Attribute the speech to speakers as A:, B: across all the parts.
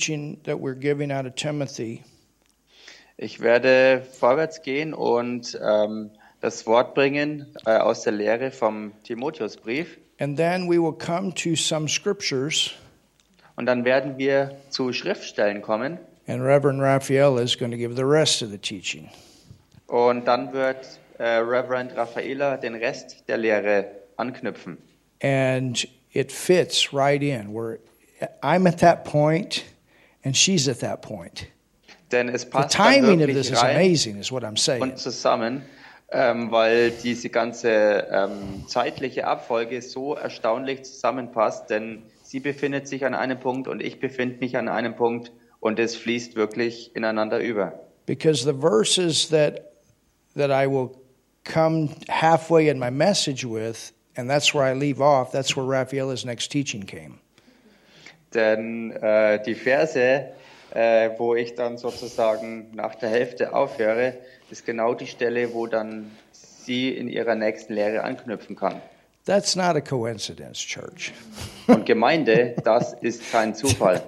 A: teaching that we're giving out of Timothy.
B: Ich werde vorwärts gehen und ähm, das Wort bringen äh, aus der Lehre vom Timotheusbrief.
A: And then we will come to some scriptures,
B: Und dann werden wir zu Schriftstellen kommen.
A: and Reverend Raphael is going to give the rest of the teaching.
B: Und dann wird äh, Reverend Raffaella den Rest der Lehre anknüpfen.
A: And it fits right in where I'm at that point and she's at that point.
B: Denn es
A: The
B: passt dann
A: timing of this
B: wirklich
A: is
B: rein
A: amazing, is what I'm saying.
B: und zusammen, ähm, weil diese ganze ähm, zeitliche Abfolge so erstaunlich zusammenpasst. Denn sie befindet sich an einem Punkt und ich befinde mich an einem Punkt und es fließt wirklich ineinander über.
A: Because the verses that that I will come halfway in my message with, and that's where I leave off, that's where Raphael's next teaching came.
B: Denn äh, die Verse, äh, wo ich dann sozusagen nach der Hälfte aufhöre, ist genau die Stelle, wo dann sie in ihrer nächsten Lehre anknüpfen kann.
A: That's not a coincidence, church.
B: Und Gemeinde, das ist kein Zufall.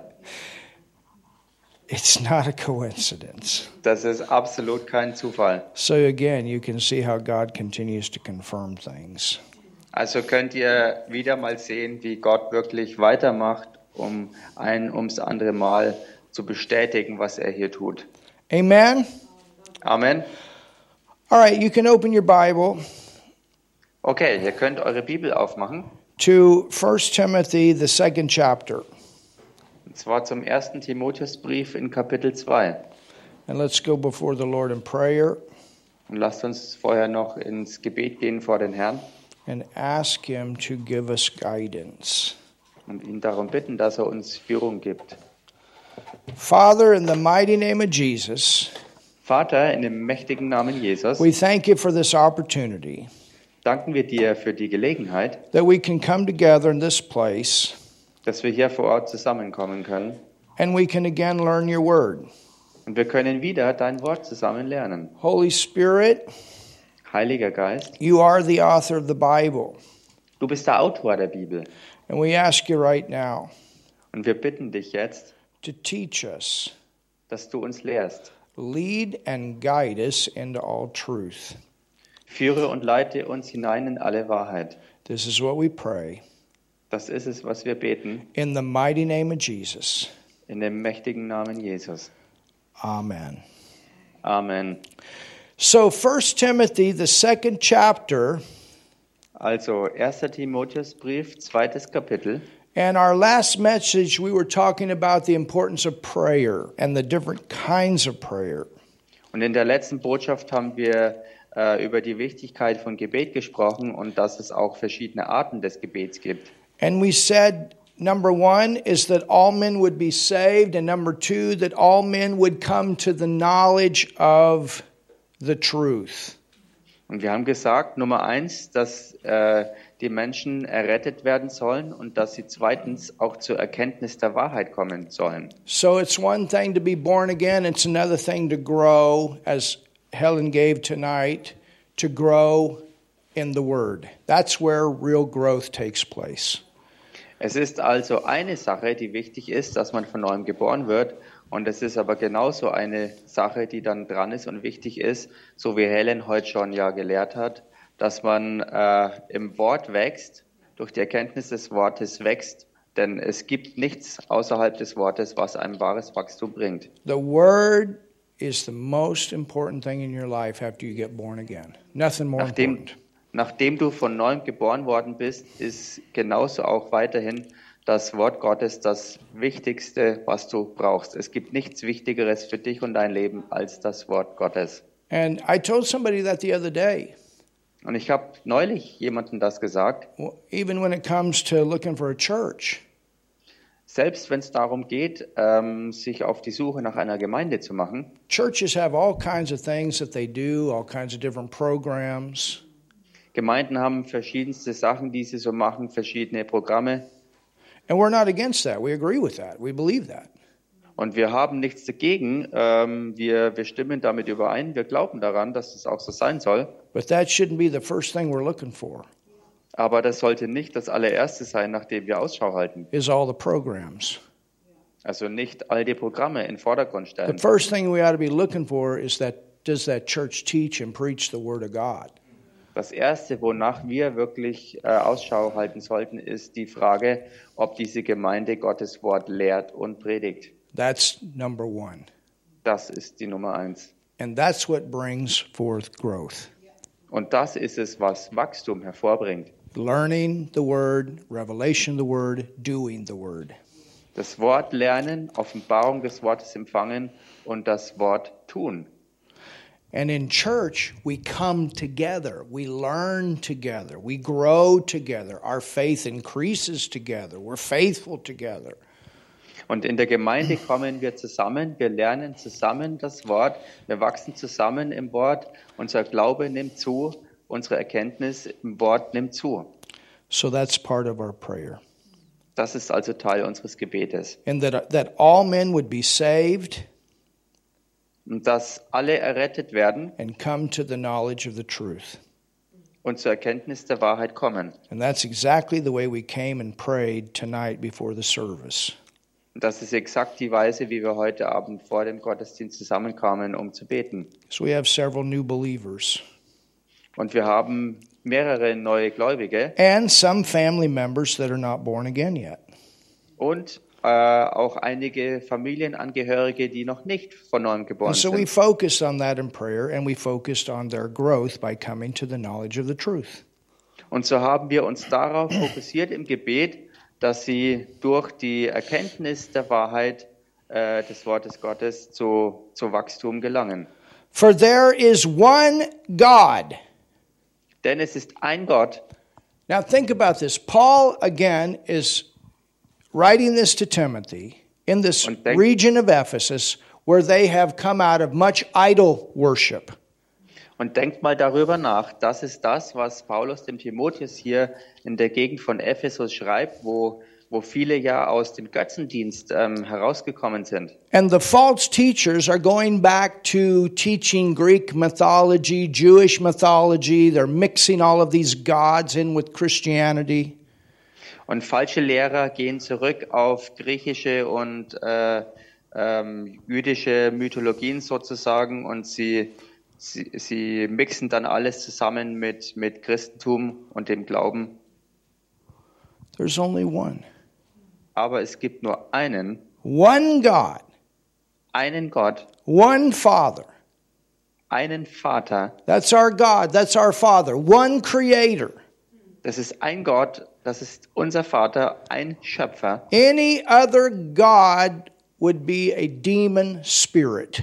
A: It's not a coincidence.
B: Das ist absolut kein Zufall.
A: So again, you can see how God continues to confirm things.
B: Also könnt ihr wieder mal sehen, wie Gott wirklich weitermacht, um ein ums andere Mal zu bestätigen, was er hier tut.
A: Amen.
B: Amen.
A: All right, you can open your Bible
B: Okay, ihr könnt eure Bibel aufmachen.
A: to 1 Timothy, the second chapter,
B: Und zwar zum ersten Timotheusbrief in Kapitel 2.
A: and let's go before the Lord in prayer
B: Und lasst uns vorher noch ins Gebet gehen vor den Herrn
A: and ask Him to give us guidance.
B: und ihn darum bitten, dass er uns Führung gibt.
A: Father, in the mighty name of Jesus,
B: Vater, in dem mächtigen Namen Jesus,
A: we thank you for this opportunity
B: danken wir dir für die Gelegenheit,
A: that we can come together in this place
B: dass wir hier vor Ort zusammenkommen können.
A: and we can again learn your word.
B: Und wir können wieder dein Wort zusammen lernen.
A: Holy Spirit,
B: Heiliger Geist,
A: you are the author of the Bible,
B: du bist der Autor der Bibel.
A: and we ask you right now
B: Und wir bitten dich jetzt,
A: to teach us,
B: dass du uns lehrst.
A: lead and guide us into all truth.
B: Führe und leite uns hinein in alle Wahrheit.
A: This is what we pray
B: Das ist es, was wir beten,
A: in the mighty name of Jesus.
B: in dem mächtigen Namen Jesus.
A: Amen.
B: Amen.
A: So 1 Timothy the second chapter
B: Also 1. Timotheusbrief, zweites Kapitel.
A: And our last message, we were talking about the importance of prayer and the different kinds of prayer.
B: Und in der letzten Botschaft haben wir äh, über die Wichtigkeit von Gebet gesprochen und dass es auch verschiedene Arten des Gebets gibt.
A: And we said, number one is that all men would be saved, and number two, that all men would come to the knowledge of the truth.
B: Und wir haben gesagt, Nummer eins, dass äh, die Menschen errettet werden sollen und dass sie zweitens auch zur Erkenntnis der Wahrheit kommen sollen.
A: So it's one thing to be born again, it's another thing to grow, as Helen gave tonight, to grow in the Word. That's where real growth takes place.
B: Es ist also eine Sache, die wichtig ist, dass man von neuem geboren wird. Und es ist aber genauso eine Sache, die dann dran ist und wichtig ist, so wie Helen heute schon ja gelehrt hat, dass man äh, im Wort wächst, durch die Erkenntnis des Wortes wächst. Denn es gibt nichts außerhalb des Wortes, was einem wahres Wachstum bringt.
A: The Word is the most important thing in your life after you get born again. Nothing more
B: Nachdem,
A: important.
B: nachdem du von neuem geboren worden bist, ist genauso auch weiterhin das Wort Gottes das Wichtigste, was du brauchst. Es gibt nichts Wichtigeres für dich und dein Leben als das Wort Gottes.
A: And I told somebody that the other day.
B: Und ich habe neulich jemandem das gesagt,
A: w- Even when it comes to looking for a church,
B: selbst wenn es darum geht, ähm, sich auf die Suche nach einer Gemeinde zu machen.
A: churches have all kinds of things that they do, all kinds of different programs.
B: Gemeinden haben verschiedenste Sachen, die sie so machen, verschiedene Programme.
A: And we're not against that. We agree with that. We believe that.
B: Und wir haben nichts dagegen. Ähm, wir, wir stimmen damit überein. Wir glauben daran, dass es auch so sein soll.
A: But that shouldn't be the first thing we're looking for,
B: Aber das sollte nicht das allererste sein, nach dem wir Ausschau halten,
A: is all the programs.
B: Also nicht all die Programme in den Vordergrund
A: The
B: stellen.
A: first thing we ought to be looking for is that does that church teach and preach the Word of God?
B: Das Erste, wonach wir wirklich äh, Ausschau halten sollten, ist die Frage, ob diese Gemeinde Gottes Wort lehrt und predigt.
A: That's number one.
B: Das ist die Nummer eins.
A: And that's what brings forth growth.
B: Und das ist es, was Wachstum hervorbringt.
A: Learning the Word, revelation of the Word, doing the Word.
B: Das Wort lernen, Offenbarung des Wortes empfangen und das Wort tun.
A: And in church, we come together, we learn together, we grow together, our faith increases together, we're faithful together.
B: Und in der Gemeinde kommen wir zusammen, wir lernen zusammen das Wort, wir wachsen zusammen im Wort, unser Glaube nimmt zu, unsere Erkenntnis im Wort nimmt zu.
A: So that's part of our prayer.
B: Das ist also Teil unseres Gebetes.
A: And that, that all men would be saved
B: Und dass alle errettet werden
A: and come to the knowledge of the truth.
B: und zur Erkenntnis der Wahrheit kommen.
A: And that's exactly the way we came and prayed tonight before the service.
B: Und das ist exakt die Weise, wie wir heute Abend vor dem Gottesdienst zusammenkamen, um zu beten.
A: So we have several new believers
B: Und wir haben mehrere neue Gläubige
A: and some family members that are not born again yet.
B: und äh, auch einige Familienangehörige, die noch nicht von neuem geboren
A: And so we
B: sind.
A: focused on that in prayer and we focused on their growth by coming to the knowledge of the truth.
B: Und so haben wir uns darauf fokussiert im Gebet, dass sie durch die Erkenntnis der Wahrheit äh, des Wortes Gottes zu, zu Wachstum gelangen.
A: For there is one God.
B: Denn es ist ein Gott.
A: Now think about this. Paul, again, is writing this to Timothy in this
B: Und denk-
A: region of Ephesus where they have come out of much idol worship.
B: Und denkt mal darüber nach. Das ist das, was Paulus dem Timotheus hier in der Gegend von Ephesus schreibt, wo, wo viele ja aus dem Götzendienst ähm, herausgekommen sind.
A: And the false teachers are going back to teaching Greek mythology, Jewish mythology. They're mixing all of these gods in with Christianity.
B: Und falsche Lehrer gehen zurück auf griechische und äh, ähm, jüdische Mythologien sozusagen und sie, sie, sie mixen dann alles zusammen mit, mit Christentum und dem Glauben.
A: There's only one.
B: Aber es gibt nur einen,
A: One God,
B: einen Gott,
A: one Father.
B: einen Vater.
A: That's our God, that's our Father. One Creator.
B: Das ist ein Gott, das ist unser Vater, ein Schöpfer.
A: Any other God would be a demon spirit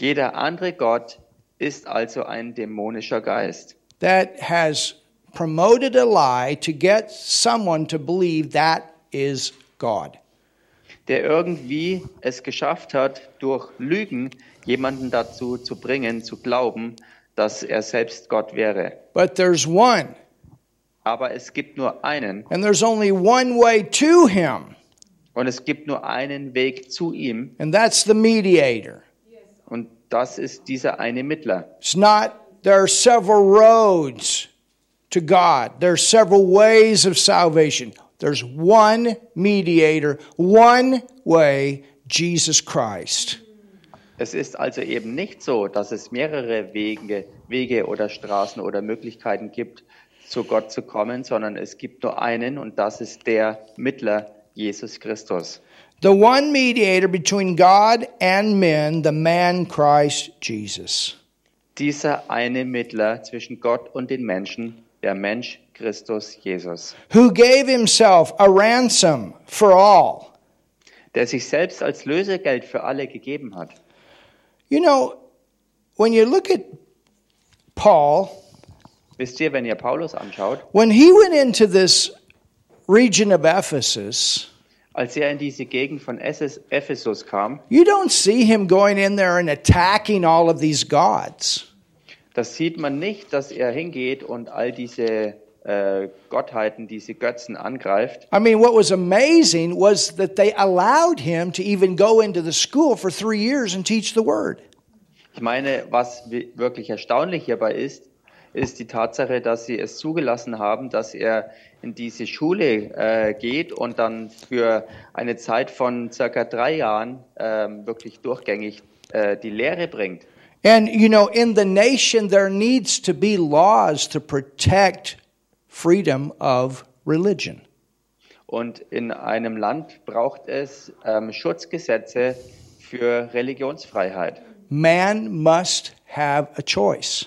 B: Jeder andere Gott ist also ein dämonischer Geist.
A: that has promoted a lie to get someone to believe that is God.
B: der irgendwie es geschafft hat, durch Lügen jemanden dazu zu bringen, zu glauben, dass er selbst Gott wäre.
A: But there's one,
B: Aber es gibt nur einen
A: and there's only one way to Him,
B: und es gibt nur einen Weg zu ihm
A: and that's the mediator.
B: und das ist dieser eine Mittler.
A: It's not, there are several roads to God. There are several ways of salvation. There's one mediator, one way, Jesus Christ.
B: Es ist also eben nicht so, dass es mehrere Wege, Wege oder Straßen oder Möglichkeiten gibt, zu Gott zu kommen, sondern es gibt nur einen und das ist der Mittler, Jesus Christus.
A: The one mediator between God and men, the man Christ Jesus.
B: dieser eine Mittler zwischen Gott und den Menschen, der Mensch Christus Jesus,
A: who gave himself a ransom for all.
B: der sich selbst als Lösegeld für alle gegeben hat.
A: You know, when you look at Paul,
B: Wisst ihr, wenn ihr Paulus anschaut,
A: when he went into this region of Ephesus,
B: als er in diese Gegend von Ephes- Ephesus kam,
A: you don't see him going in there and attacking all of these gods.
B: das sieht man nicht, dass er hingeht und all diese äh, Gottheiten, diese Götzen angreift.
A: I mean, what was amazing was that they allowed him to even go into the school for three years and teach the word.
B: Ich meine, was wi- wirklich erstaunlich hierbei ist, ist die Tatsache, dass sie es zugelassen haben, dass er in diese Schule äh, geht und dann für eine Zeit von circa drei Jahren ähm, wirklich durchgängig äh, die Lehre bringt.
A: And you know, in the nation, there needs to be laws to protect freedom of religion.
B: Und in einem Land braucht es ähm, Schutzgesetze für Religionsfreiheit.
A: Man must have a choice.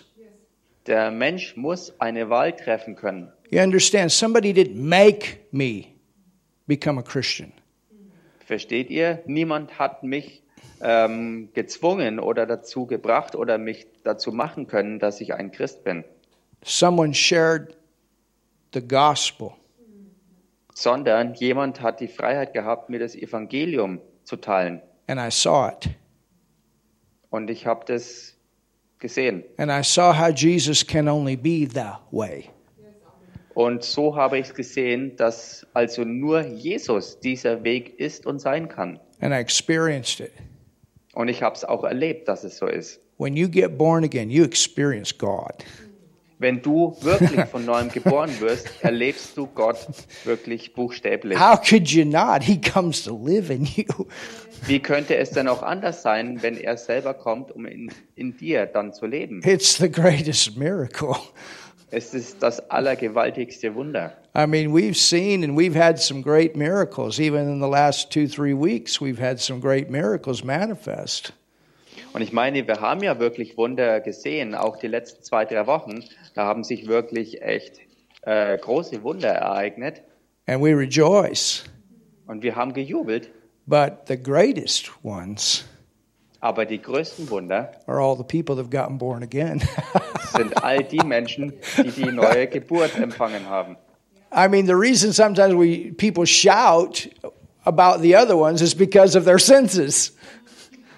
B: Der Mensch muss eine Wahl treffen können.
A: You understand? Somebody didn't make me become a Christian.
B: Versteht ihr? Niemand hat mich ähm, gezwungen oder dazu gebracht oder mich dazu machen können, dass ich ein Christ bin,
A: Someone shared the gospel.
B: sondern jemand hat die Freiheit gehabt, mir das Evangelium zu teilen.
A: and I saw it.
B: Und ich habe das gesehen.
A: And I saw how Jesus can only be the way.
B: Und so habe ich es gesehen, dass also nur Jesus dieser Weg ist und sein kann.
A: And I experienced it.
B: Und ich habe es auch erlebt, dass es so ist.
A: When you get born again, you experience God.
B: Wenn du wirklich von neuem geboren wirst, erlebst du Gott wirklich buchstäblich.
A: How could you not? He comes to live in you.
B: Wie könnte es denn auch anders sein, wenn er selber kommt, um in, in dir dann zu leben?
A: It's the greatest miracle.
B: Es ist das allergewaltigste Wunder.
A: I mean, we've seen and we've had some great miracles. Even in the last two, three weeks, we've had some great miracles manifest.
B: Und ich meine, wir haben ja wirklich Wunder gesehen, auch die letzten zwei, drei Wochen. Da haben sich wirklich echt äh, große Wunder ereignet.
A: And we rejoice.
B: Und wir haben gejubelt.
A: But the greatest ones
B: Aber die größten Wunder
A: are all the people that have gotten born again.
B: sind all die Menschen, die die neue Geburt empfangen haben.
A: I mean, the reason sometimes we people shout about the other ones is because of their senses.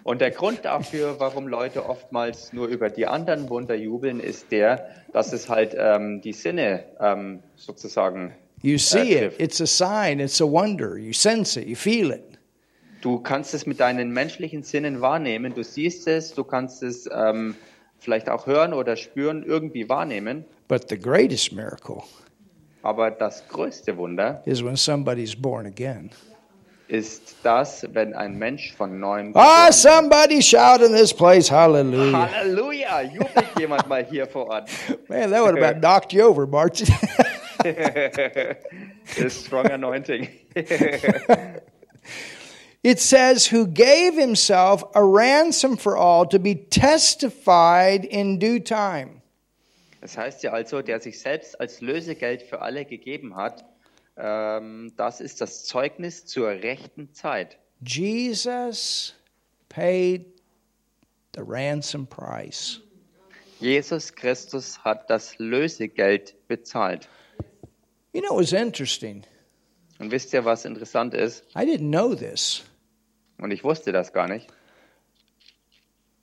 B: Und der Grund dafür, warum Leute oftmals nur über die anderen Wunder jubeln, ist der, dass es halt ähm, die Sinne ähm, sozusagen,
A: You see it.
B: Active.
A: It's a sign. It's a wonder. You sense it. You feel it.
B: du kannst es mit deinen menschlichen Sinnen wahrnehmen, du siehst es, du kannst es ähm, vielleicht auch hören oder spüren, irgendwie wahrnehmen.
A: But the greatest miracle
B: Aber das größte Wunder
A: is when somebody's born again.
B: ist das, wenn ein Mensch von neuem...
A: Ah, somebody shout in this place, hallelujah!
B: Halleluja! Jubelt jemand mal hier vor Ort.
A: Man, that would have about knocked you over, Martin.
B: Ist Strong Anointing.
A: it says, "Who gave himself a ransom for all to be testified in due time."
B: Das heißt ja also, der sich selbst als Lösegeld für alle gegeben hat, ähm, das ist das Zeugnis zur rechten Zeit.
A: Jesus paid the ransom price.
B: Jesus Christus hat das Lösegeld bezahlt.
A: You know, it was interesting.
B: Und wisst ihr, was interessant ist?
A: I didn't know this,
B: Und ich wusste das gar nicht.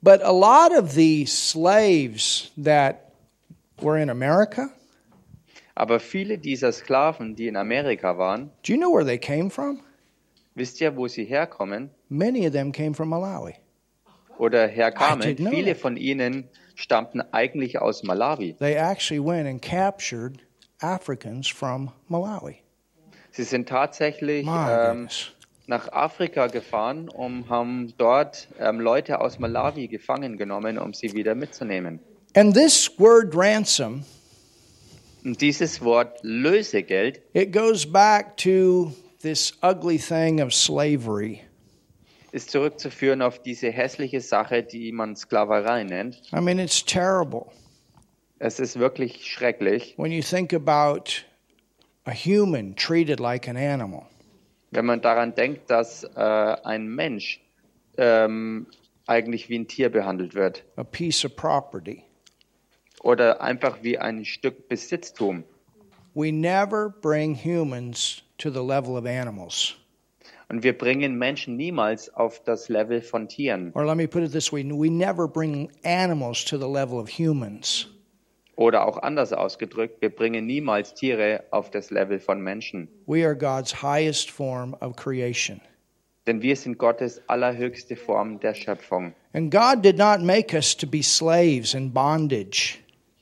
A: but a lot of the slaves that were in America,
B: Aber viele dieser Sklaven, die in Amerika waren,
A: do you know where they came from?
B: wisst ihr, wo sie herkommen
A: Many of them came from Malawi.
B: oder
A: I
B: herkamen?
A: didn't know
B: Viele
A: that.
B: von ihnen stammten eigentlich aus Malawi.
A: They actually went and captured Africans from Malawi.
B: Sie sind tatsächlich
A: My
B: ähm,
A: goodness.
B: nach Afrika gefahren und haben dort ähm, Leute aus Malawi gefangen genommen, um sie wieder mitzunehmen.
A: And this word ransom,
B: Und dieses Wort Lösegeld,
A: it goes back to this ugly thing of slavery.
B: ist zurückzuführen auf diese hässliche Sache, die man Sklaverei nennt.
A: I mean, it's terrible.
B: Es ist wirklich schrecklich,
A: when you think about a human treated like an animal,
B: wenn man daran denkt, dass äh, ein Mensch ähm, eigentlich wie ein Tier behandelt wird
A: a piece of property.
B: oder einfach wie ein Stück Besitztum.
A: We never bring humans to the level of animals.
B: Und wir bringen Menschen niemals auf das Level von Tieren.
A: Or let me put it this way we never bring animals to the level of humans.
B: Oder auch anders ausgedrückt, wir bringen niemals Tiere auf das Level von Menschen.
A: We are God's highest form of creation.
B: Denn wir sind Gottes allerhöchste Form der Schöpfung.
A: And God did not make us to be slaves in bondage.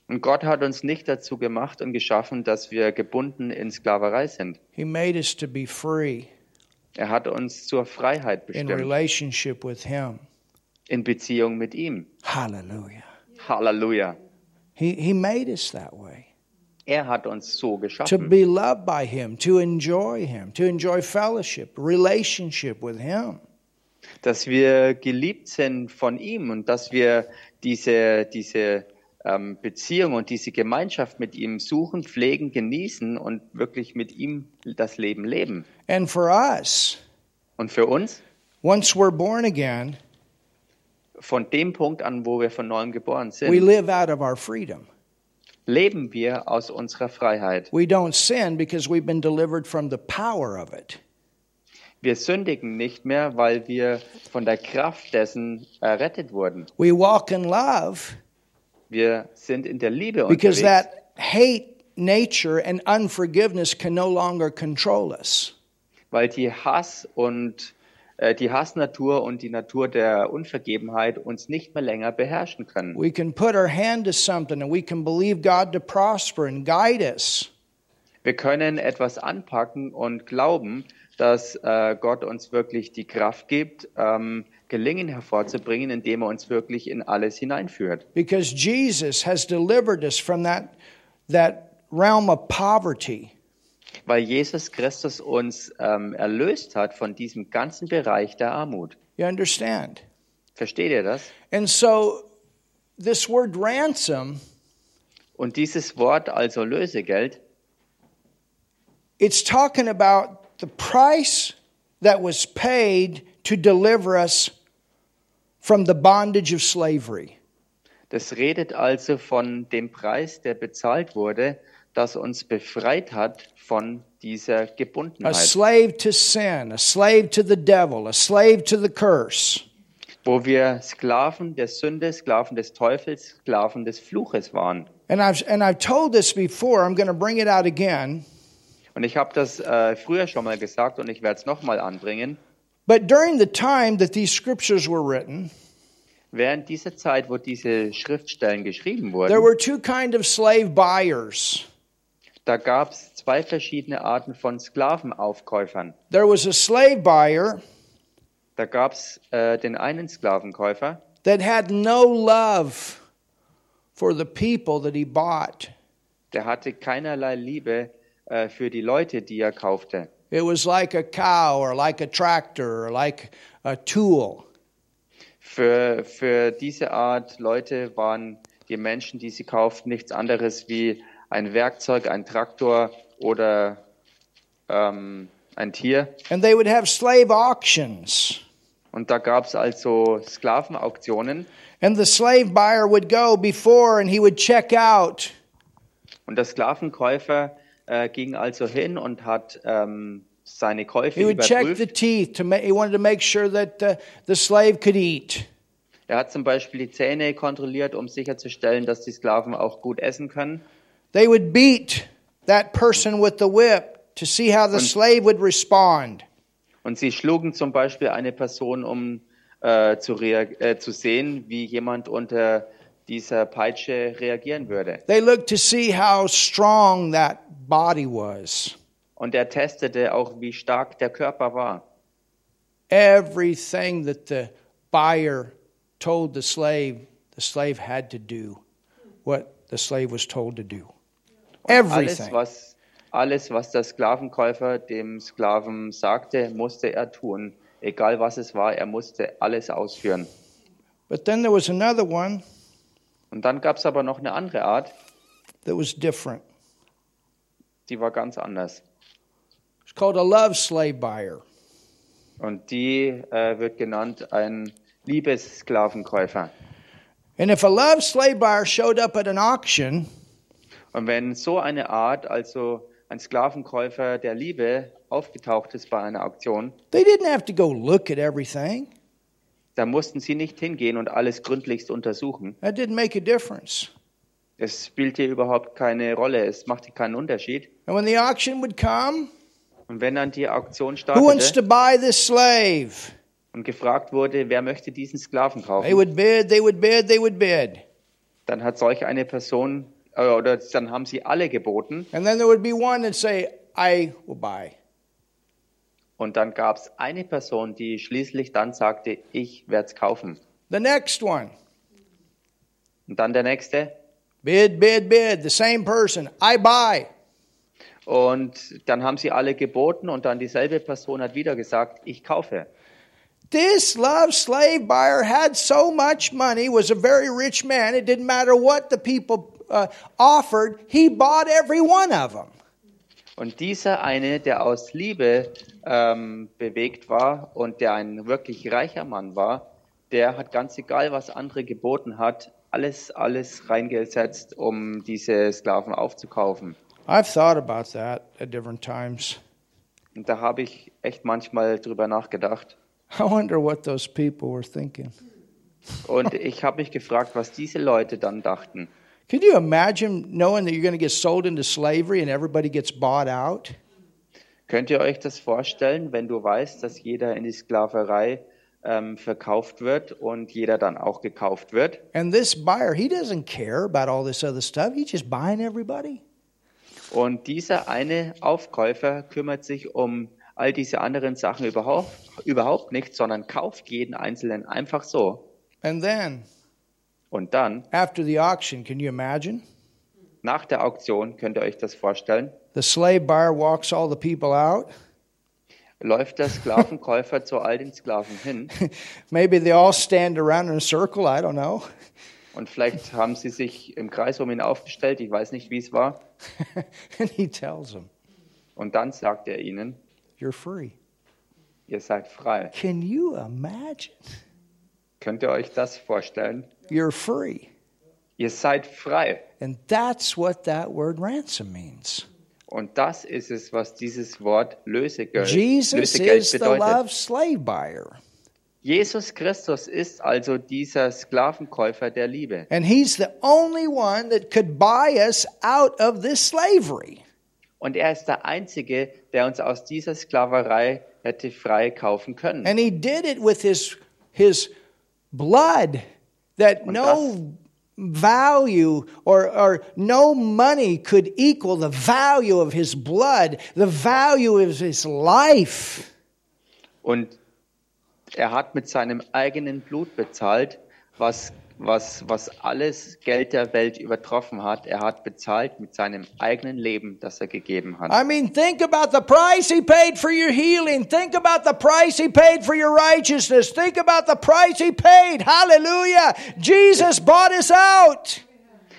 B: Und Gott hat uns nicht dazu gemacht und geschaffen, dass wir gebunden in Sklaverei sind.
A: He made us to be free
B: Er hat uns zur Freiheit
A: in
B: bestimmt,
A: relationship with Him.
B: in Beziehung mit ihm.
A: Hallelujah.
B: Halleluja.
A: He, he made us that way.
B: Er hat uns so
A: To
B: geschaffen,
A: be loved by Him, to enjoy Him, to enjoy fellowship, relationship with Him.
B: dass wir geliebt sind von ihm und dass wir diese, diese ähm, Beziehung und diese Gemeinschaft mit ihm suchen, pflegen, genießen und wirklich mit ihm das Leben leben.
A: And for us,
B: Und für uns,
A: once we're born again,
B: von dem Punkt an, wo wir von neuem geboren
A: we
B: sind,
A: live out of our freedom.
B: leben wir aus unserer Freiheit.
A: We don't sin because we've been delivered from the power of it.
B: Wir sündigen nicht mehr, weil wir von der Kraft dessen errettet wurden.
A: We walk in love
B: Wir sind in der Liebe
A: because
B: unterwegs,
A: that hate nature and unforgiveness can no longer control us.
B: weil die Hass und äh, die Hassnatur und die Natur der Unvergebenheit uns nicht mehr länger beherrschen können.
A: We can put our hand to something and we can believe God to prosper and guide us.
B: Wir können etwas anpacken und glauben, dass äh, Gott uns wirklich die Kraft gibt, ähm, Gelingen hervorzubringen, indem er uns wirklich in alles hineinführt.
A: because Jesus has delivered us from that, that realm of poverty
B: Weil Jesus Christus uns ähm, erlöst hat von diesem ganzen Bereich der Armut.
A: you understand
B: Versteht ihr das?
A: and so this word ransom
B: Und dieses Wort, also Lösegeld,
A: it's talking about the price that was paid to deliver us from the bondage of slavery
B: das redet also von dem Preis, der bezahlt wurde, das uns befreit hat von dieser
A: a
B: Gebundenheit,
A: slave to sin a slave to the devil a slave to the curse
B: wo wir Sklaven der Sünde, Sklaven des Teufels, Sklaven des Fluches waren.
A: and i've and i've told this before i'm going to bring it out again
B: Und ich habe das äh, früher schon mal gesagt und ich werde es nochmal anbringen.
A: but during the time that these scriptures were written
B: Während dieser Zeit, wo diese Schriftstellen geschrieben wurden,
A: There were two kind of slave buyers.
B: Da gab es zwei verschiedene Arten von Sklavenaufkäufern.
A: There was a slave buyer
B: Da gab es äh, den einen Sklavenkäufer,
A: that had no love for the people that he bought.
B: der hatte keinerlei Liebe äh, für die Leute, die er kaufte.
A: It was like a cow or like a tractor or like a tool.
B: Für, für diese Art Leute waren die Menschen, die sie kauften, nichts anderes wie ein Werkzeug, ein Traktor oder ähm, ein Tier.
A: And they would have slave auctions.
B: Und da gab es also Sklavenauktionen.
A: And the slave buyer would go before and he would check out
B: Und der Sklavenkäufer äh, ging also hin und hat ähm, seine Käufe
A: he would check
B: überprüft.
A: the teeth to make, he wanted to make sure that uh, the slave could eat
B: Er hat zum Beispiel die Zähne kontrolliert, um sicherzustellen, dass die Sklaven auch gut essen können.
A: They would beat that person with the whip to see how the slave would respond.
B: Und sie schlugen zum Beispiel eine Person, um äh, zu, reag- äh, zu sehen, wie jemand unter dieser Peitsche reagieren würde.
A: They looked to see how strong that body was.
B: Und er testete auch, wie stark der Körper war.
A: Everything that the buyer told the slave, the slave had to do what the slave was told to do.
B: Alles
A: Everything.
B: was, alles, was der Sklavenkäufer dem Sklaven sagte, musste er tun. Egal was es war, er musste alles ausführen.
A: But then there was another one
B: Und dann gab es aber noch eine andere Art,
A: that was different.
B: die war ganz anders.
A: It's called a love slave buyer.
B: Und die äh, wird genannt ein Liebessklavenkäufer.
A: And if a love slave buyer showed up at an auction,
B: Und wenn so eine Art, also ein Sklavenkäufer der Liebe, aufgetaucht ist bei einer Auktion,
A: they didn't have to go look at everything.
B: da mussten sie nicht hingehen und alles gründlichst untersuchen.
A: That didn't make a difference.
B: Es spielte überhaupt keine Rolle, es machte keinen Unterschied.
A: And when the auction would come,
B: Und wenn dann die Auktion
A: who wants
B: startete
A: to buy this slave?
B: und gefragt wurde, wer möchte diesen Sklaven
A: They
B: kaufen,
A: would bid, they would bid, they would bid.
B: dann hat solch eine Person äh, oder dann haben sie alle geboten
A: And then there would be one that'd say, I will buy.
B: und dann gab es eine Person, die schließlich dann sagte, ich werde es kaufen.
A: The next one,
B: Und dann der nächste
A: bid, bid, bid. The same person, I buy.
B: und dann haben sie alle geboten und dann dieselbe Person hat wieder gesagt, ich kaufe.
A: This love slave buyer had so much money, was a very rich man. It didn't matter what the people uh, offered, he bought every one of them.
B: Und dieser eine, der aus Liebe ähm, bewegt war und der ein wirklich reicher Mann war, der hat ganz egal, was andere geboten hat, alles, alles reingesetzt, um diese Sklaven aufzukaufen.
A: I've thought about that at different times.
B: Und da habe ich echt manchmal drüber nachgedacht.
A: I wonder what those people were thinking.
B: Und ich habe mich gefragt, was diese Leute dann dachten.
A: Can you imagine knowing that you're going to get sold into slavery and everybody gets bought out?
B: Könnt ihr euch das vorstellen, wenn du weißt, dass jeder in die Sklaverei ähm, verkauft wird und jeder dann auch gekauft wird?
A: And this buyer, he doesn't care about all this other stuff. He's just buying everybody.
B: Und dieser eine Aufkäufer kümmert sich um all diese anderen Sachen überhaupt, überhaupt nicht, sondern kauft jeden Einzelnen einfach so.
A: And then
B: Und dann,
A: after the auction, can you imagine?
B: nach der Auktion, könnt ihr euch das vorstellen,
A: The slave buyer walks all the people out.
B: läuft der Sklavenkäufer zu all den Sklaven hin
A: Maybe they all stand around in a circle. I don't know.
B: und vielleicht haben sie sich im Kreis um ihn aufgestellt, ich weiß nicht, wie es war.
A: and he tells them,
B: Und dann sagt er ihnen,
A: You're free.
B: ihr seid frei.
A: Can you imagine?
B: Könnt ihr euch das vorstellen?
A: You're free.
B: Ihr seid frei.
A: And that's what that word ransom means.
B: Und das ist es, was dieses Wort Lösegeld,
A: Jesus
B: Lösegeld
A: is the
B: bedeutet.
A: love slave buyer,
B: Jesus Christus ist also dieser Sklavenkäufer der Liebe.
A: and he's the only one that could buy us out of this slavery.
B: Und er ist der Einzige, der uns aus dieser Sklaverei hätte frei kaufen können.
A: And he did it with his his blood that
B: Und
A: no value or, or no money could equal the value of his blood, the value of his life.
B: Und er hat mit seinem eigenen Blut bezahlt, was, was, was alles Geld der Welt übertroffen hat. Er hat bezahlt mit seinem eigenen Leben, das er gegeben hat.
A: I mean, think about the price he paid for your healing. Think about the price he paid for your righteousness. Think about the price he paid. Hallelujah. Jesus bought us out.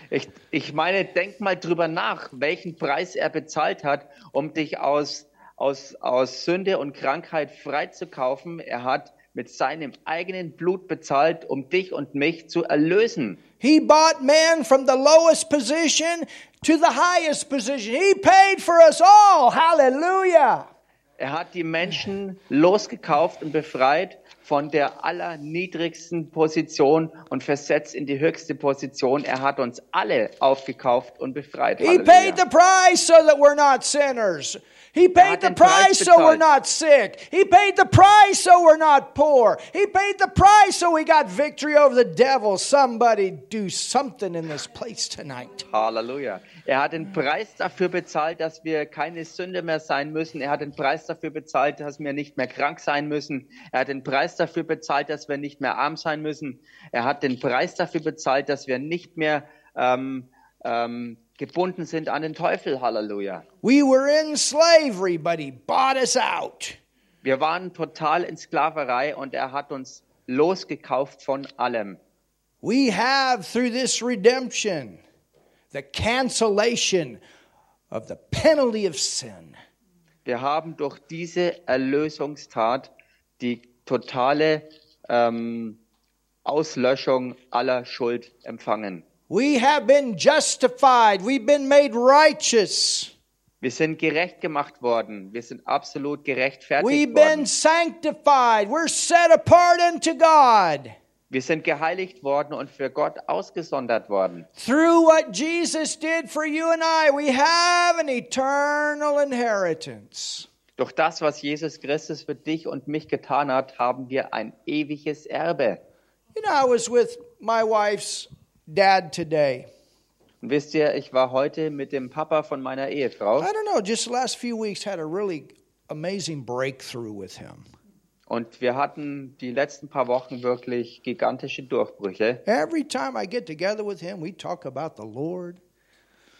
B: Ich, ich meine, denk mal drüber nach, welchen Preis er bezahlt hat, um dich aus, aus, aus Sünde und Krankheit freizukaufen. Er hat mit seinem eigenen Blut bezahlt, um dich und mich zu erlösen.
A: He bought man from the lowest position to the highest position. He paid for us all. Hallelujah.
B: Er hat die Menschen losgekauft und befreit von der allerniedrigsten Position und versetzt in die höchste Position. Er hat uns alle aufgekauft und befreit.
A: He
B: Halleluja.
A: paid the price so that we're not sinners. He paid
B: hat
A: the
B: den
A: price
B: Preis
A: so we're
B: bezahlt.
A: not sick. He paid the price so we're not poor. He paid the price so we got victory over the devil. Somebody do something in this place tonight.
B: Halleluja. Er hat den Preis dafür bezahlt, dass wir keine Sünde mehr sein müssen. Er hat den Preis dafür bezahlt, dass wir nicht mehr krank sein müssen. Er hat den Preis dafür bezahlt, dass wir nicht mehr arm sein müssen. Er hat den Preis dafür bezahlt, dass wir nicht mehr ähm, ähm, gebunden sind an den Teufel. Halleluja.
A: We were in slavery, but he bought us out.
B: Wir waren total in Sklaverei und er hat uns losgekauft von allem.
A: We have, through this redemption, the cancellation of the penalty of sin.
B: Wir haben durch diese Erlösungstat die totale ähm, Auslöschung aller Schuld empfangen.
A: We have been justified, we've been made righteous,
B: Wir sind gerecht gemacht worden. Wir sind absolut
A: we've
B: gerechtfertigt
A: been
B: worden.
A: sanctified, we're set apart unto God.
B: Wir sind geheiligt worden und für Gott ausgesondert worden.
A: Through what Jesus did for you and I, we have an eternal inheritance.
B: Durch das, was Jesus Christus für dich und mich getan hat, haben wir ein ewiges Erbe.
A: You know, I was with my wife's dad today.
B: Und wisst ihr, ich war heute mit dem Papa von meiner Ehefrau
A: I don't know, just the last few weeks had a really amazing breakthrough with him.
B: und wir hatten die letzten paar Wochen wirklich gigantische Durchbrüche.
A: Every time I get together with him, we talk about the Lord.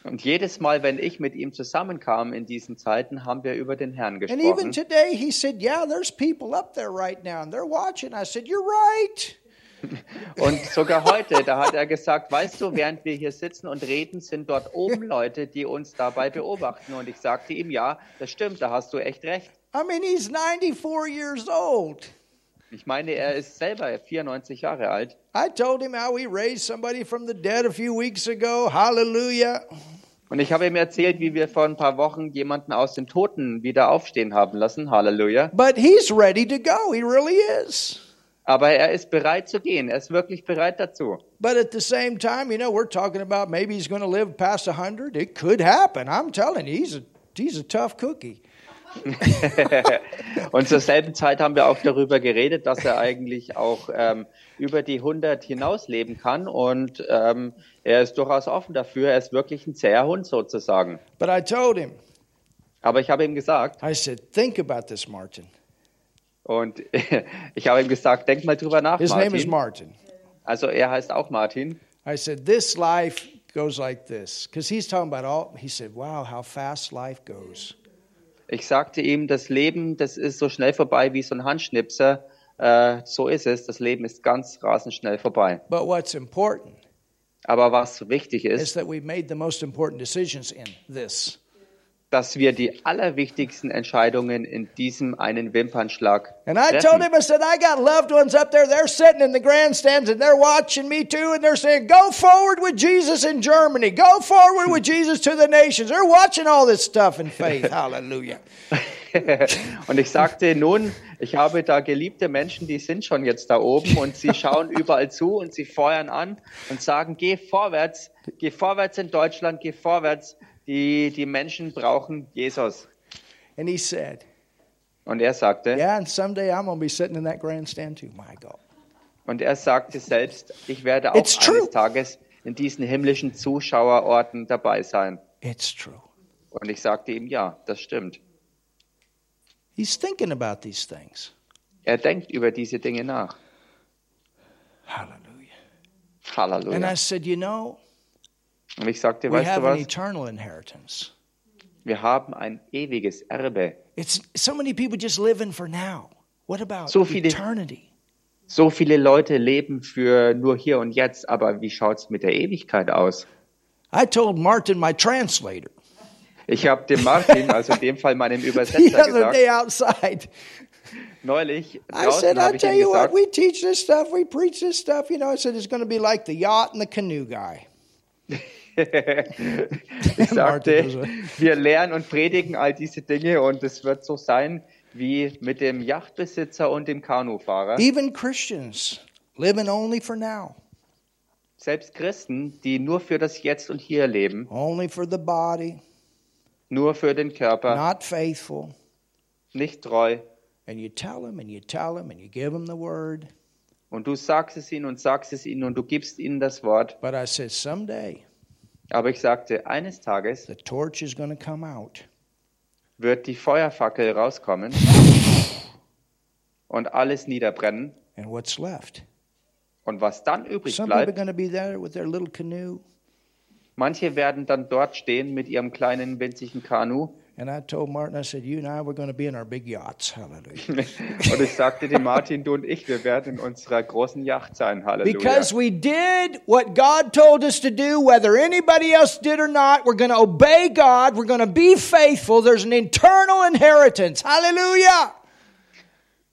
B: Und jedes Mal, wenn ich mit ihm zusammenkam in diesen Zeiten, haben wir über den Herrn
A: And even
B: gesprochen.
A: today, he said, Yeah, there's people up there right now and they're watching. I said, You're right.
B: Und sogar heute, da hat er gesagt, weißt du, während wir hier sitzen und reden, sind dort oben Leute, die uns dabei beobachten. Und ich sagte ihm, ja, das stimmt, da hast du echt recht.
A: I mean, he's 94 years old.
B: Ich meine, er ist selber 94 Jahre alt.
A: I told him how we raised somebody from the dead a few weeks ago. Hallelujah.
B: Und ich habe ihm erzählt, wie wir vor ein paar Wochen jemanden aus den Toten wieder aufstehen haben lassen. Halleluja.
A: But he's ready to go. He really is.
B: Aber er ist bereit zu gehen. Er ist wirklich bereit dazu.
A: But at the same time, you know, we're talking about maybe he's going to live past 100. It could happen. I'm telling you, he's a, he's a tough cookie.
B: Und zur selben Zeit haben wir auch darüber geredet, dass er eigentlich auch ähm, über die 100 hinaus leben kann. Und ähm, er ist durchaus offen dafür. Er ist wirklich ein zäher Hund sozusagen.
A: But I told him,
B: Aber ich habe ihm gesagt,
A: I said, think about this, Martin.
B: und ich habe ihm gesagt, denk mal drüber nach,
A: His name is
B: Martin.
A: Martin.
B: Also er heißt auch Martin.
A: I said, this life goes like this. Because he's talking about all, he said, wow, how fast life goes.
B: Ich sagte ihm, das Leben, das ist so schnell vorbei wie so ein Handschnipser. Äh, so ist es. Das Leben ist ganz rasend schnell vorbei.
A: But what's important
B: Aber was wichtig ist,
A: is that we've made the most important decisions in this.
B: dass wir die allerwichtigsten Entscheidungen in diesem einen Wimpernschlag
A: And I told
B: treffen.
A: him, I said, I got loved ones up there. They're sitting in the grandstands and they're watching me too. And they're saying, go forward with Jesus in Germany. Go forward with Jesus to the nations. They're watching all this stuff in faith. Hallelujah.
B: und ich sagte, nun, ich habe da geliebte Menschen, die sind schon jetzt da oben und sie schauen überall zu und sie feuern an und sagen, geh vorwärts, geh vorwärts in Deutschland, geh vorwärts. Die, die Menschen brauchen Jesus.
A: And he said,
B: Und er sagte,
A: yeah, and someday I'm going to be sitting in that grandstand too. My God.
B: Und er sagte selbst, ich werde auch
A: It's
B: eines
A: true.
B: Tages in diesen himmlischen Zuschauerorten dabei sein.
A: It's true.
B: Und ich sagte ihm, ja, das stimmt.
A: He's thinking about these things.
B: Er denkt über diese Dinge nach.
A: Hallelujah. And I
B: Halleluja.
A: said, you know,
B: Und ich sagte,
A: we
B: weißt du
A: have an
B: was?
A: eternal inheritance.
B: Wir haben ein ewiges Erbe.
A: It's so many people just living for now. What about
B: So viele-
A: eternity?
B: So viele Leute leben für nur hier und jetzt, aber wie schaut's mit der Ewigkeit aus?
A: I told Martin, my translator,
B: Ich habe dem Martin, also in dem Fall meinem
A: the
B: Übersetzer,
A: other
B: gesagt,
A: day outside.
B: neulich
A: I said,
B: draußen
A: I
B: habe ich
A: tell
B: ihm
A: you what,
B: gesagt,
A: we teach this stuff, we preach this stuff. You know, I said, it's going to be like the yacht and the canoe guy.
B: ich sagte,
A: Martin,
B: wir lernen und predigen all diese Dinge und es wird so sein wie mit dem Yachtbesitzer und dem Kanufahrer.
A: Even Christians living only for now,
B: Selbst Christen, die nur für das Jetzt und Hier leben,
A: only for the body,
B: nur für den Körper,
A: not faithful.
B: nicht treu.
A: And you tell them and you tell them and you give them the word.
B: Und du sagst es ihnen und sagst es ihnen und du gibst ihnen das Wort.
A: But I said, someday
B: Aber ich sagte, eines Tages
A: the torch is going to come out.
B: wird die Feuerfackel rauskommen und alles niederbrennen.
A: And what's left?
B: Und was dann übrig
A: Some people are
B: bleibt,
A: going to be there with their little canoe.
B: manche werden dann dort stehen mit ihrem kleinen winzigen Kanu
A: And I told Martin, I said, you and I were going to be in our big yachts. Hallelujah.
B: Und ich sagte dem Martin, du und ich, wir werden in unserer großen Yacht sein. Halleluja.
A: Because we did what God told us to do, whether anybody else did or not. We're going to obey God. We're going to be faithful. There's an eternal inheritance. Hallelujah.
B: und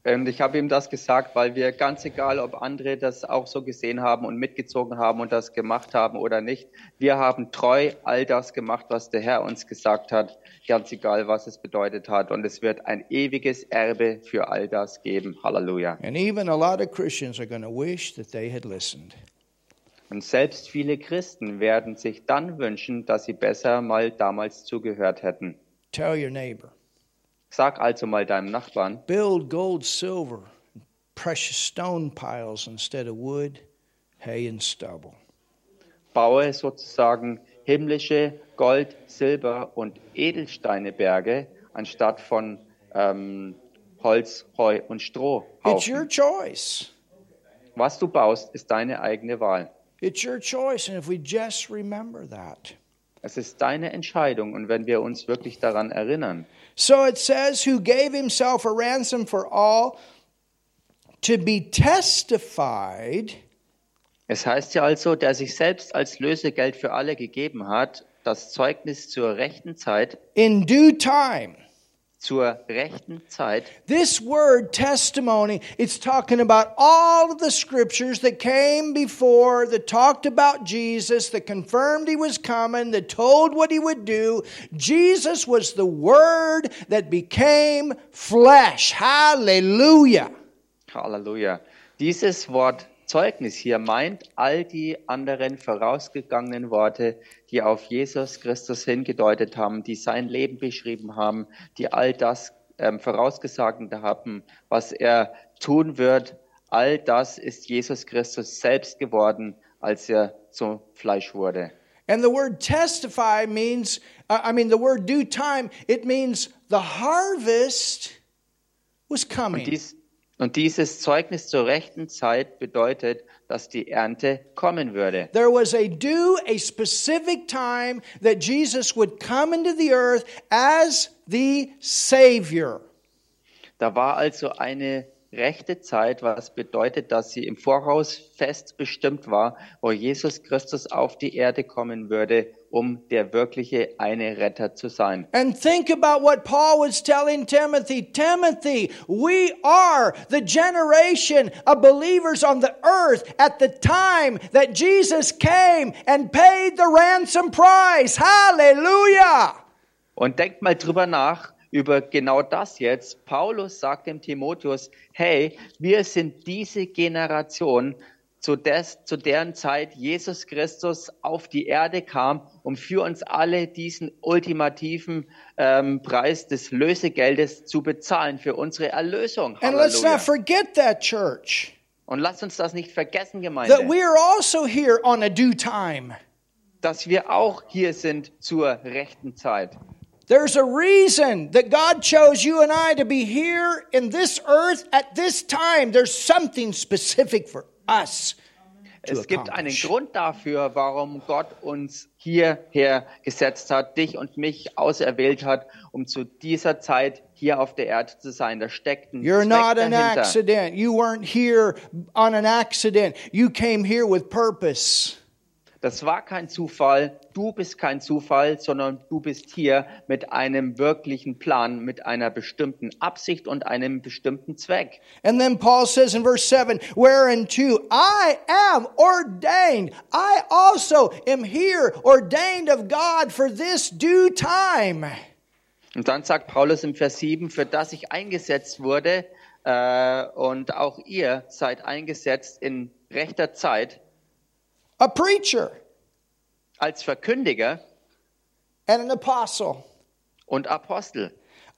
B: Ähm, ich habe ihm das gesagt, weil wir ganz egal, ob andere das auch so gesehen haben und mitgezogen haben und das gemacht haben oder nicht, wir haben treu all das gemacht, was der Herr uns gesagt hat, ganz egal, was es bedeutet hat. Und es wird ein ewiges Erbe für all das geben. Halleluja.
A: And even a lot of Christians are going to wish that they had listened.
B: Und selbst viele Christen werden sich dann wünschen, dass sie besser mal damals zugehört hätten.
A: Tell your neighbor,
B: Sag also mal deinem Nachbarn,
A: build gold, silver, precious stone piles instead of wood, hay, and stubble.
B: baue sozusagen himmlische Gold, Silber und Edelsteineberge anstatt von ähm, Holz, Heu und Stroh.
A: It's your choice.
B: Was du baust, ist deine eigene Wahl.
A: It's your choice. And if we just remember that.
B: Es ist deine Entscheidung und wenn wir uns wirklich daran erinnern.
A: So it says, who gave himself a ransom for all to be testified
B: Es heißt ja also, der sich selbst als Lösegeld für alle gegeben hat, das Zeugnis zur rechten Zeit,
A: in due time.
B: zur rechten Zeit.
A: This word testimony, it's talking about all of the scriptures that came before, that talked about Jesus, that confirmed he was coming, that told what he would do. Jesus was the word that became flesh. Hallelujah.
B: Halleluja. Dieses Wort Zeugnis hier meint all die anderen vorausgegangenen Worte, die auf Jesus Christus hingedeutet haben, die sein Leben beschrieben haben, die all das ähm, vorausgesagt haben, was er tun wird. All das ist Jesus Christus selbst geworden, als er zum Fleisch wurde.
A: And the word testify means, uh, I mean, the word due time, it means the harvest was coming.
B: Und, dies, und dieses Zeugnis zur rechten Zeit bedeutet, dass die Ernte kommen würde.
A: There was a due, a specific time that Jesus would come into the earth as the Savior.
B: Da war also eine rechte Zeit, was bedeutet, dass sie im Voraus fest bestimmt war, wo Jesus Christus auf die Erde kommen würde, um der wirkliche eine Retter zu sein.
A: And think about what Paul was telling Timothy. Timothy, we are the generation of believers on the earth at the time that Jesus came and paid the ransom price. Hallelujah!
B: Und denkt mal drüber nach, über genau das jetzt. Paulus sagt dem Timotheus, hey, wir sind diese Generation, zu, des, zu deren Zeit Jesus Christus auf die Erde kam, um für uns alle diesen ultimativen ähm, Preis des Lösegeldes zu bezahlen, für unsere Erlösung.
A: And let's
B: Halleluja.
A: not forget that, church,
B: Und lasst uns das nicht vergessen,
A: that
B: Gemeinde,
A: we are also here on a due time.
B: dass wir auch hier sind zur rechten Zeit.
A: There's a reason that God chose you and I to be here in this earth at this time. There's something specific for us.
B: Es gibt einen
A: accomplish.
B: Grund dafür, warum Gott uns hierher gesetzt hat, dich und mich auserwählt hat, um zu dieser Zeit hier auf der Erde zu sein. Da steckt ein
A: You're
B: Zweck
A: not an
B: dahinter.
A: accident. You weren't here on an accident. You came here with purpose.
B: Das war kein Zufall. Du bist kein Zufall, sondern du bist hier mit einem wirklichen Plan, mit einer bestimmten Absicht und einem bestimmten Zweck.
A: And then Paul says in verse 7 Whereunto I am ordained. I also am here, ordained of God for this due time.
B: Und dann sagt Paulus im Vers 7, für das ich eingesetzt wurde, äh, und auch ihr seid eingesetzt in rechter Zeit
A: A preacher
B: als Verkündiger
A: and an apostle.
B: und Apostel.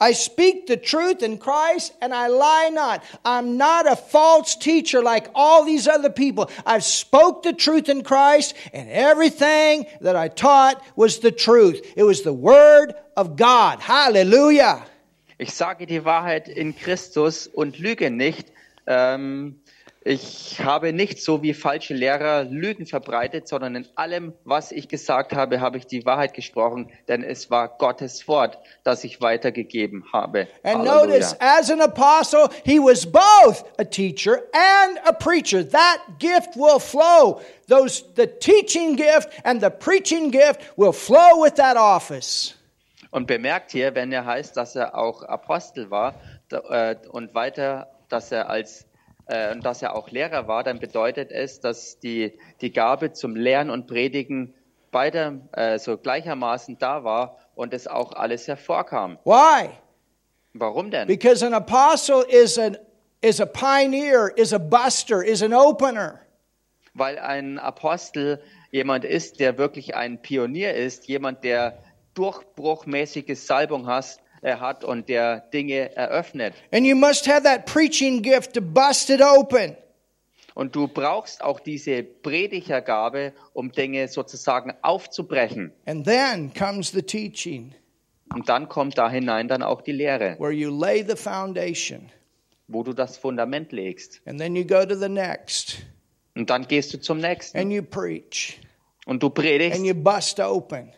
A: I speak the truth in Christ and I lie not. I'm not a false teacher like all these other people. I've spoke the truth in Christ and everything that I taught was the truth. It was the word of God. Hallelujah.
B: Ich sage die Wahrheit in Christus und lüge nicht. Ähm, ich habe nicht so wie falsche Lehrer Lügen verbreitet, sondern in allem, was ich gesagt habe, habe ich die Wahrheit gesprochen, denn es war Gottes Wort, das ich weitergegeben habe.
A: And
B: Halleluja.
A: notice, as an apostle, he was both a teacher and a preacher. That gift will flow. Those, the teaching gift and the preaching gift will flow with that office.
B: Und bemerkt hier, wenn er heißt, dass er auch Apostel war da, äh, und weiter, dass er als äh, und dass er auch Lehrer war, dann bedeutet es, dass die, die Gabe zum Lehren und Predigen beider äh, so gleichermaßen da war und es auch alles hervorkam.
A: Why?
B: Warum denn?
A: Because an apostle is an is a pioneer, is a buster, is an opener.
B: Weil ein Apostel jemand ist, der wirklich ein Pionier ist, jemand, der durchbruchmäßige Salbung has, äh, hat und der Dinge eröffnet.
A: And you must have that preaching gift to bust it open.
B: Und du brauchst auch diese Predigergabe, um Dinge sozusagen aufzubrechen.
A: And then comes the teaching
B: Und dann kommt da hinein dann auch die Lehre,
A: where you lay the foundation
B: wo du das Fundament legst.
A: and then you go to the next
B: Und dann gehst du zum nächsten
A: and you preach
B: und du predigst
A: and you bust open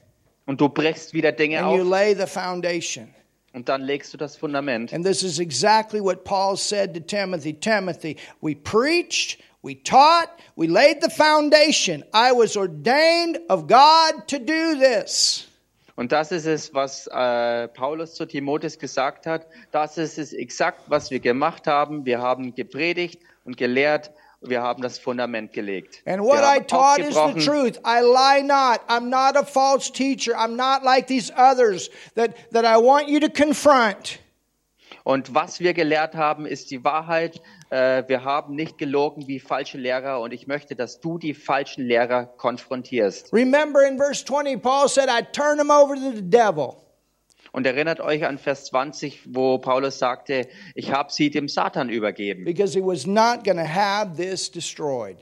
B: und du brichst wieder Dinge
A: and you
B: auf
A: lay the foundation.
B: und dann legst du das Fundament.
A: And this is exactly what Paul said to Timothy Timothy, we preached, we taught, we laid the foundation. I was ordained of God to do this.
B: Und das ist es, was äh, Paulus zu Timotheus gesagt hat. Das ist es exakt, was wir gemacht haben. Wir haben gepredigt und gelehrt. Wir haben das Fundament gelegt.
A: And
B: wir
A: what I
B: haben
A: taught is the
B: aufgebrochen.
A: truth. I lie not. I'm not a false teacher. I'm not like these others that, that I want you to confront.
B: Und was wir gelehrt haben, ist die Wahrheit. Äh, wir haben nicht gelogen wie falsche Lehrer. Und ich möchte, dass du die falschen Lehrer konfrontierst.
A: Remember in verse 20, Paul said, I turn them over to the devil.
B: Und erinnert euch an Vers 20, wo Paulus sagte, ich habe sie dem Satan übergeben.
A: Because he was not going to have this destroyed.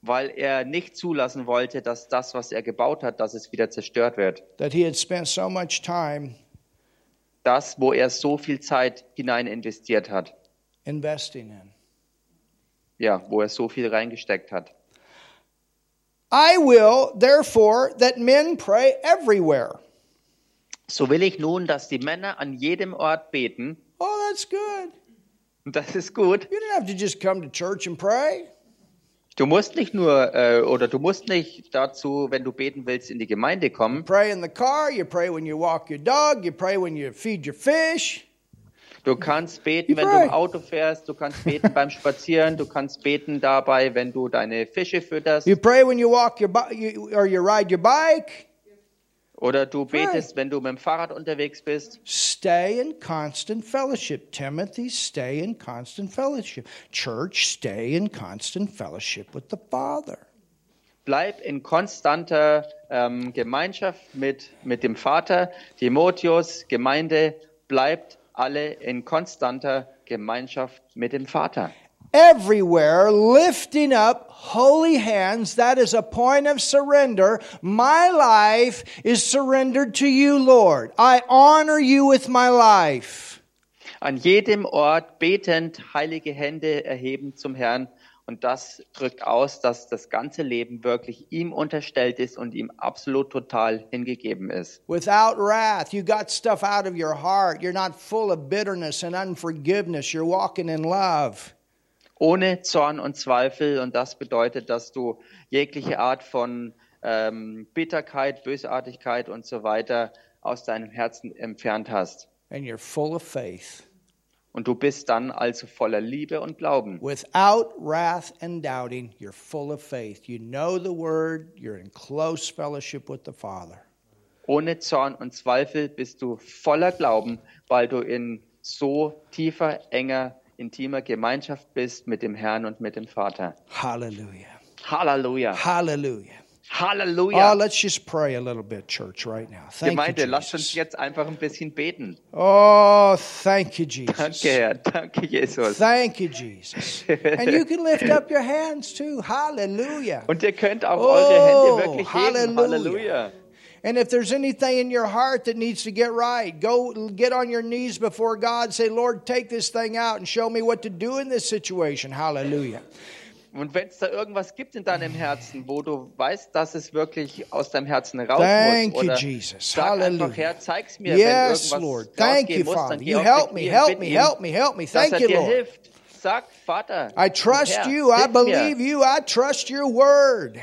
B: weil er nicht zulassen wollte, dass das, was er gebaut hat, dass es wieder zerstört wird.
A: That he had spent so much time
B: Das, wo er so viel Zeit hinein investiert hat.
A: investing in.
B: Ja, wo er so viel reingesteckt hat.
A: I will, therefore, that men pray everywhere.
B: So will ich nun, dass die Männer an jedem Ort beten.
A: Oh, that's good.
B: Und das ist gut.
A: You didn't have to just come to church and pray.
B: Du musst nicht nur, äh, oder du musst nicht dazu, wenn du beten willst, in die Gemeinde kommen.
A: Pray in the car, you pray when you walk your dog, you pray when you feed your fish.
B: Du kannst beten,
A: Ich
B: wenn du im
A: weiß.
B: Auto fährst. Du kannst beten beim Spazieren. Du kannst beten dabei, wenn du deine Fische fütterst.
A: You pray when you walk your bi- you, or you ride your bike.
B: Oder du
A: Frei.
B: betest, wenn du mit dem Fahrrad unterwegs bist.
A: Stay in constant fellowship. Timothy, stay in constant fellowship. Church, stay in constant fellowship with the Father.
B: Bleib in konstanter ähm, Gemeinschaft mit, mit dem Vater. Timotheus, Gemeinde, bleibt alle in konstanter Gemeinschaft mit dem Vater.
A: Everywhere, lifting up holy hands, that is a point of surrender. My life is surrendered to you, Lord. I honor you with my life.
B: An jedem Ort betend heilige Hände erheben zum Herrn. Und das drückt aus, dass das ganze Leben wirklich ihm unterstellt ist und ihm absolut total hingegeben ist.
A: Without wrath, you got stuff out of your heart. You're not full of bitterness and unforgiveness. You're walking in love.
B: ohne Zorn und Zweifel. Und das bedeutet, dass du jegliche Art von ähm, Bitterkeit, Bösartigkeit und so weiter aus deinem Herzen entfernt hast.
A: And you're full of faith.
B: Und du bist dann also voller Liebe und Glauben.
A: Without wrath and doubting, you're full of faith. You know the word, you're in close fellowship with the Father.
B: Ohne Zorn und Zweifel bist du voller Glauben, weil du in so tiefer, enger, intimer Gemeinschaft bist mit dem Herrn und mit dem Vater.
A: Hallelujah.
B: Halleluja.
A: Hallelujah. Oh,
B: Halleluja.
A: let's just pray a little bit, church, right now. Thank
B: Gemeinde,
A: you,
B: lasst uns
A: Jesus.
B: jetzt einfach ein bisschen beten.
A: Oh, thank you, Jesus.
B: Danke, Herr. Danke, Jesus.
A: Thank you, Jesus. and you can lift up your hands too. Hallelujah.
B: Und ihr könnt auch
A: Oh,
B: eure Hände wirklich heben.
A: Halleluja.
B: Halleluja.
A: And if there's anything in your heart that needs to get right, go get on your knees before God. Say, Lord, take this thing out and show me what to do in this situation. Hallelujah.
B: Und wenn es da irgendwas gibt in deinem Herzen, wo du weißt, dass es wirklich aus deinem Herzen raus
A: Thank
B: muss,
A: you,
B: oder
A: Jesus.
B: sag
A: Halleluja.
B: einfach her, zeig's mir,
A: Yes,
B: wenn irgendwas
A: Lord. Thank
B: rausgehen
A: you,
B: muss,
A: Father.
B: dann geh
A: You
B: auf
A: help
B: die
A: me,
B: Knie,
A: help
B: bitt
A: me,
B: ihn,
A: help me, help me.
B: dass
A: Thank
B: er
A: you,
B: dir
A: Lord.
B: hilft. Sag, Vater,
A: I trust
B: Herr,
A: you. I
B: hilf
A: believe
B: mir.
A: you. I trust your word.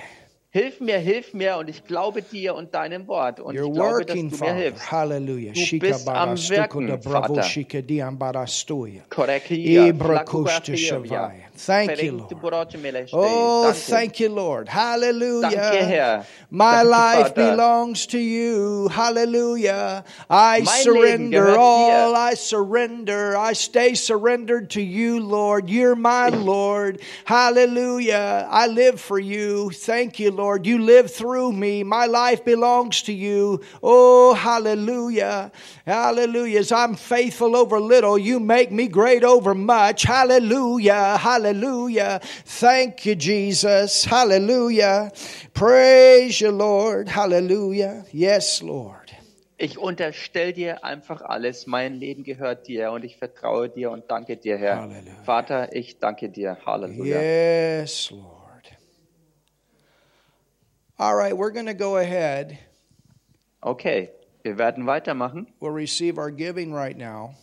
B: Hilf mir, hilf mir und ich glaube dir und deinem Wort und
A: You're
B: ich glaube, dass du
A: working,
B: mir
A: Father.
B: hilfst.
A: Hallelujah.
B: Du
A: Shika
B: bist am
A: barastuko
B: Wirken,
A: da bravo
B: Vater.
A: shika diam barastuya.
B: Korrekia,
A: Ibra kushta
B: flakuachia, ja.
A: shavaya. Thank you,
B: Verengte
A: Lord.
B: Brote, Melech,
A: Oh,
B: Danke.
A: thank you, Lord. Hallelujah.
B: Danke, Herr.
A: My
B: Danke,
A: life
B: Vater.
A: belongs to you. Hallelujah. I
B: Mein Leben
A: surrender
B: gehört
A: all.
B: dir.
A: I surrender. I stay surrendered to you, Lord. You're my Lord. Hallelujah. I live for you. Thank you, Lord. You live through me. My life belongs to you. Oh, hallelujah. Hallelujah. As I'm faithful over little, you make me great over much. Hallelujah. Hallelujah. Thank you, Jesus. Hallelujah. Praise you, Lord. Hallelujah. Yes, Lord.
B: Ich unterstell dir einfach alles. Mein Leben gehört dir und ich vertraue dir und danke dir, Herr.
A: Halleluja.
B: Vater, ich danke dir. Halleluja.
A: Yes, Lord. All right, we're going to go ahead.
B: Okay, wir werden weitermachen.
A: We'll receive our giving right now.